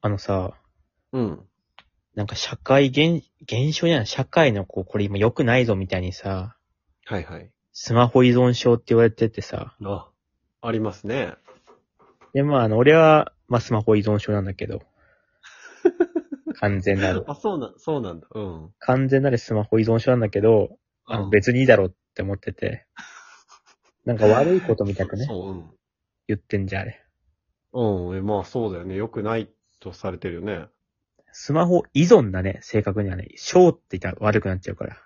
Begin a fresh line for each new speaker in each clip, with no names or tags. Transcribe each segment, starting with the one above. あのさ、
うん。
なんか社会現、現象じゃない、社会のこう、これ今良くないぞみたいにさ、
はいはい。
スマホ依存症って言われててさ。
あ、ありますね。
で、まあ、あの、俺は、まあ、スマホ依存症なんだけ ど。完全なる。
あ、そうな、そうなんだ。うん。
完全なるスマホ依存症なんだけど、あの、別にいいだろうって思ってて。なんか悪いことみたくね、
そう、
言ってんじゃん、あれ。
うん。うん、えまあそうだよね。良くないとされてるよね。
スマホ依存だね、正確にはね。症って言ったら悪くなっちゃうから。
あ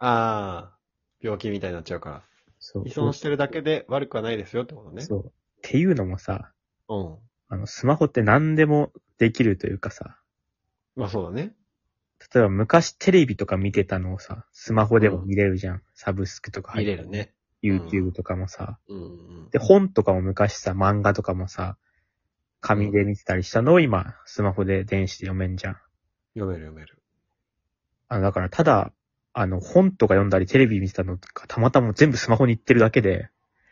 あ、病気みたいになっちゃうから。
そう。
依存してるだけで悪くはないですよってことね。
そう。っていうのもさ、
う。
あの、スマホって何でもできるというかさ、
ん。まあそうだね。
例えば昔テレビとか見てたのをさ、スマホでも見れるじゃん。サブスクとか入
見
って
れるね。う
YouTube とかもさ。
うん、うん。
で、本とかも昔さ、漫画とかもさ、紙で見てたりしたのを今、スマホで電子で読めんじゃん。
読める読める。
あの、だからただ、あの、本とか読んだりテレビ見てたのがたまたま全部スマホに行ってるだけで、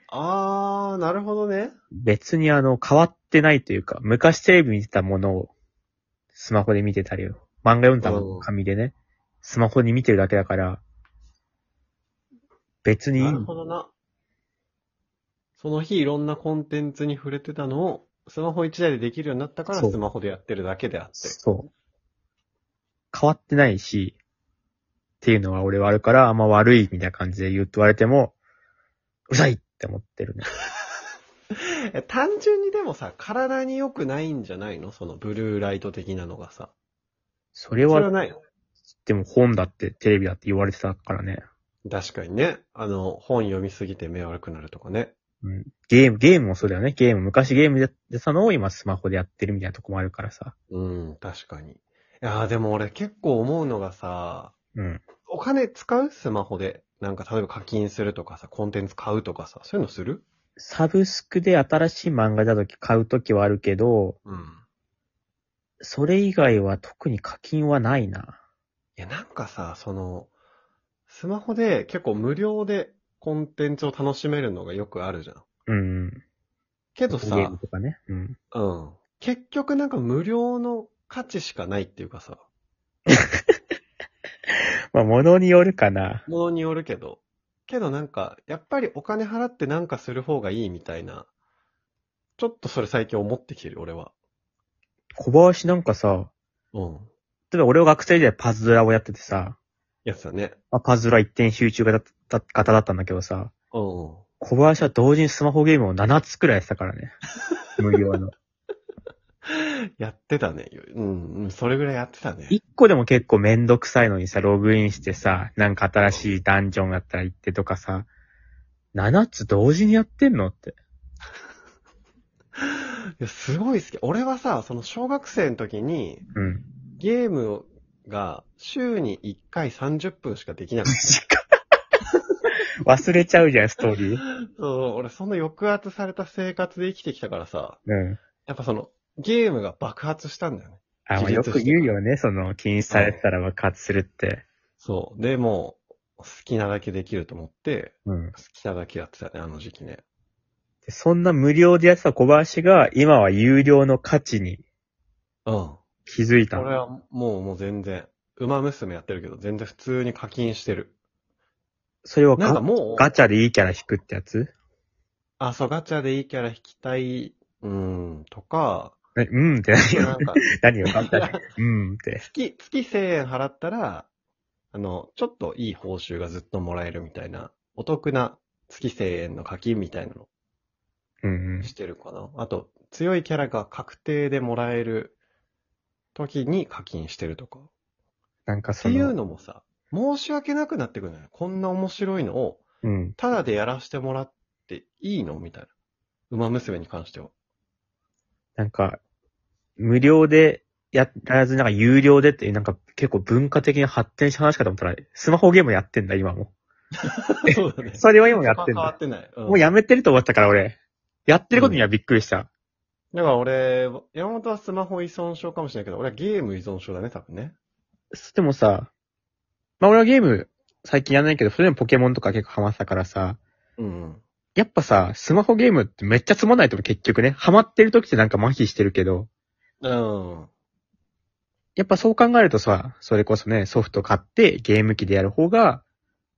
ああ、なるほどね。
別にあの、変わってないというか、昔テレビ見てたものを、スマホで見てたり、漫画読んだのを紙でね、スマホに見てるだけだから、別にいい
なるほどな。その日いろんなコンテンツに触れてたのを、スマホ一台でできるようになったから、
そう
スマホでやってるだけであって。
そう。変わってないし、っていうのは俺はあるから、あんま悪いみたいな感じで言うと言われても、うざいって思ってるね。
え単純にでもさ、体に良くないんじゃないのそのブルーライト的なのがさ。
それ
それは
は、
ないの
でも本だってテレビだって言われてたからね。
確かにね。あの、本読みすぎて目悪くなるとかね。
うん、ゲーム、ゲームもそうだよね。ゲーム、昔ゲームでやってたのを今スマホでやってるみたいなとこもあるからさ。
うん、確かに。いやーでも俺結構思うのがさ、
うん。
お金使うスマホで。なんか例えば課金するとかさ、コンテンツ買うとかさ、そういうのする
サブスクで新しい漫画だとき買うときはあるけど、
うん。
それ以外は特に課金はないな。
いや、なんかさ、その、スマホで結構無料でコンテンツを楽しめるのがよくあるじゃん。
うん。
けど
ゲーム
さ、
とかね。うん。
うん。結局なんか無料の価値しかないっていうかさ、
まあ、ものによるかな。
ものによるけど、けどなんか、やっぱりお金払ってなんかする方がいいみたいな、ちょっとそれ最近思ってきてる、俺は。
小林なんかさ、
うん。
例えば俺を学生時代パズドラをやっててさ、
やつだね。
まあ、パズドラ一点集中型だった型だったんだけどさ、
うんうん。
小林は同時にスマホゲームを7つくらいやってたから ね。無料の。
やってたね。うん、うん、それぐらいやってたね。
1個でも結構めんどくさいのにさ、ログインしてさ、なんか新しいダンジョンがあったら行ってとかさ、7つ同時にやってんのって。
いや、すごい好き。俺はさ、その小学生の時に、
うん。
ゲームが週に1回30分しかできな かっ
忘れちゃうじゃん、ストーリー。
た。そう、俺その抑圧された生活で生きてきたからさ、
うん。
やっぱその、ゲームが爆発したんだよね。
あ、まあ、よく言うよね、その、禁止されてたら爆発するって。
そう。でもう、好きなだけできると思って、
うん。
好きなだけやってたね、あの時期ね。
でそんな無料でやってた小林が、今は有料の価値に
うん。
気づいた
俺
の。
はもう、もう全然、馬娘やってるけど、全然普通に課金してる。
それを
なんか
ガ
もう、
ガチャでいいキャラ引くってやつ
あ、そう、ガチャでいいキャラ引きたい、うん、とか、
えうんって何
な
よ
ん。か、
何よ、ガチャで。うんって。
月、月1000円払ったら、あの、ちょっといい報酬がずっともらえるみたいな、お得な月1000円の課金みたいなの
うんうん。
してるかな。あと、強いキャラが確定でもらえる時に課金してるとか。
なんか
っ
そ
ていう
の、
のもさ、申し訳なくなってくるのよ。こんな面白いのを、
うん。
ただでやらせてもらっていいのみたいな。馬娘に関し ては。
なんか、無料でやらず、なんか有料でっていう、なんか結構文化的に発展した話かと思ったら、スマホゲームやってんだ、今も。
そうだね。
それは今やってん
変わ
だ
っ。てない。うん
もうやめてると思ったから、俺。やってることにはびっくりした。
だから俺、山本はスマホ依存症かもしれないけど、俺はゲーム依存症だね、多分ね。
でもさ、まあ俺はゲーム最近やんないけど、それでもポケモンとか結構ハマってたからさ、
うんうん。
やっぱさ、スマホゲームってめっちゃつまんないと思う、結局ね。ハマってる時ってなんか麻痺してるけど、
うん。
やっぱそう考えるとさ、それこそね、ソフト買ってゲーム機でやる方が、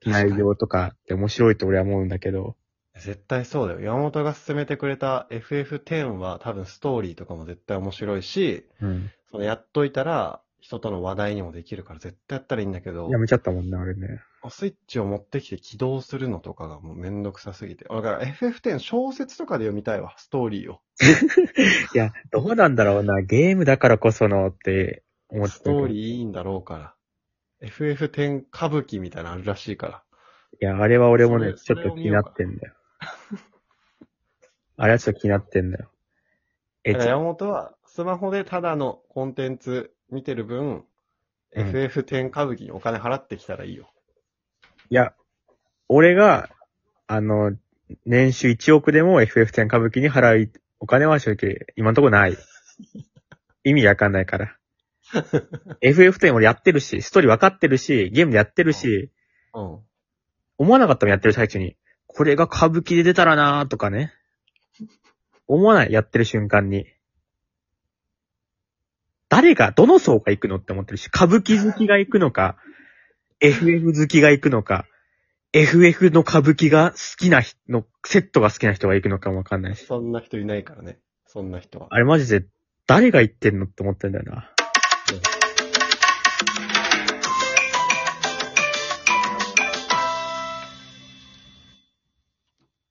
内容とかって面白いと俺は思うんだけど、
絶対そうだよ。山本が勧めてくれた FF10 は多分ストーリーとかも絶対面白いし、
うん。
そのやっといたら人との話題にもできるから絶対やったらいいんだけど
や、めちゃったもんな、俺ね。
スイッチを持ってきて起動するのとかがもうめんどくさすぎて。だから FF10 小説とかで読みたいわ、ストーリーを。
いや、どうなんだろうな、ゲームだからこそのって思って
ストーリーいいんだろうから。FF10 歌舞伎みたいなのあるらしいから。
いや、あれは俺もね、ち
そ
ょ
れ
っと気になってんだよ。 あれはちょっと気になってんだよ。え、
だ
ち
から
ょ
山本はスマホでただのコンテンツ見てる分、
うん
FF10 歌舞伎にお金払ってきたらいいよ。
いや、俺が、あの、年収1億でも FF10 歌舞伎に払うお金は正直、今んとこない。 意味わかんないから。FF10 俺やってるし、ストーリーわかってるし、ゲームでやってるし、
うん。
思わなかったもんやってる最中に。これが歌舞伎で出たらなーとかね。思わない、やってる瞬間に。誰が、どの層が行くのって思ってるし、歌舞伎好きが行くのか、FF 好きが行くのか、FF の歌舞伎が好きな人の、セットが好きな人が行くのかもわかんないし。
そんな人いないからね。そんな人は。
あれマジで、誰が行ってんのって思ってんだよな。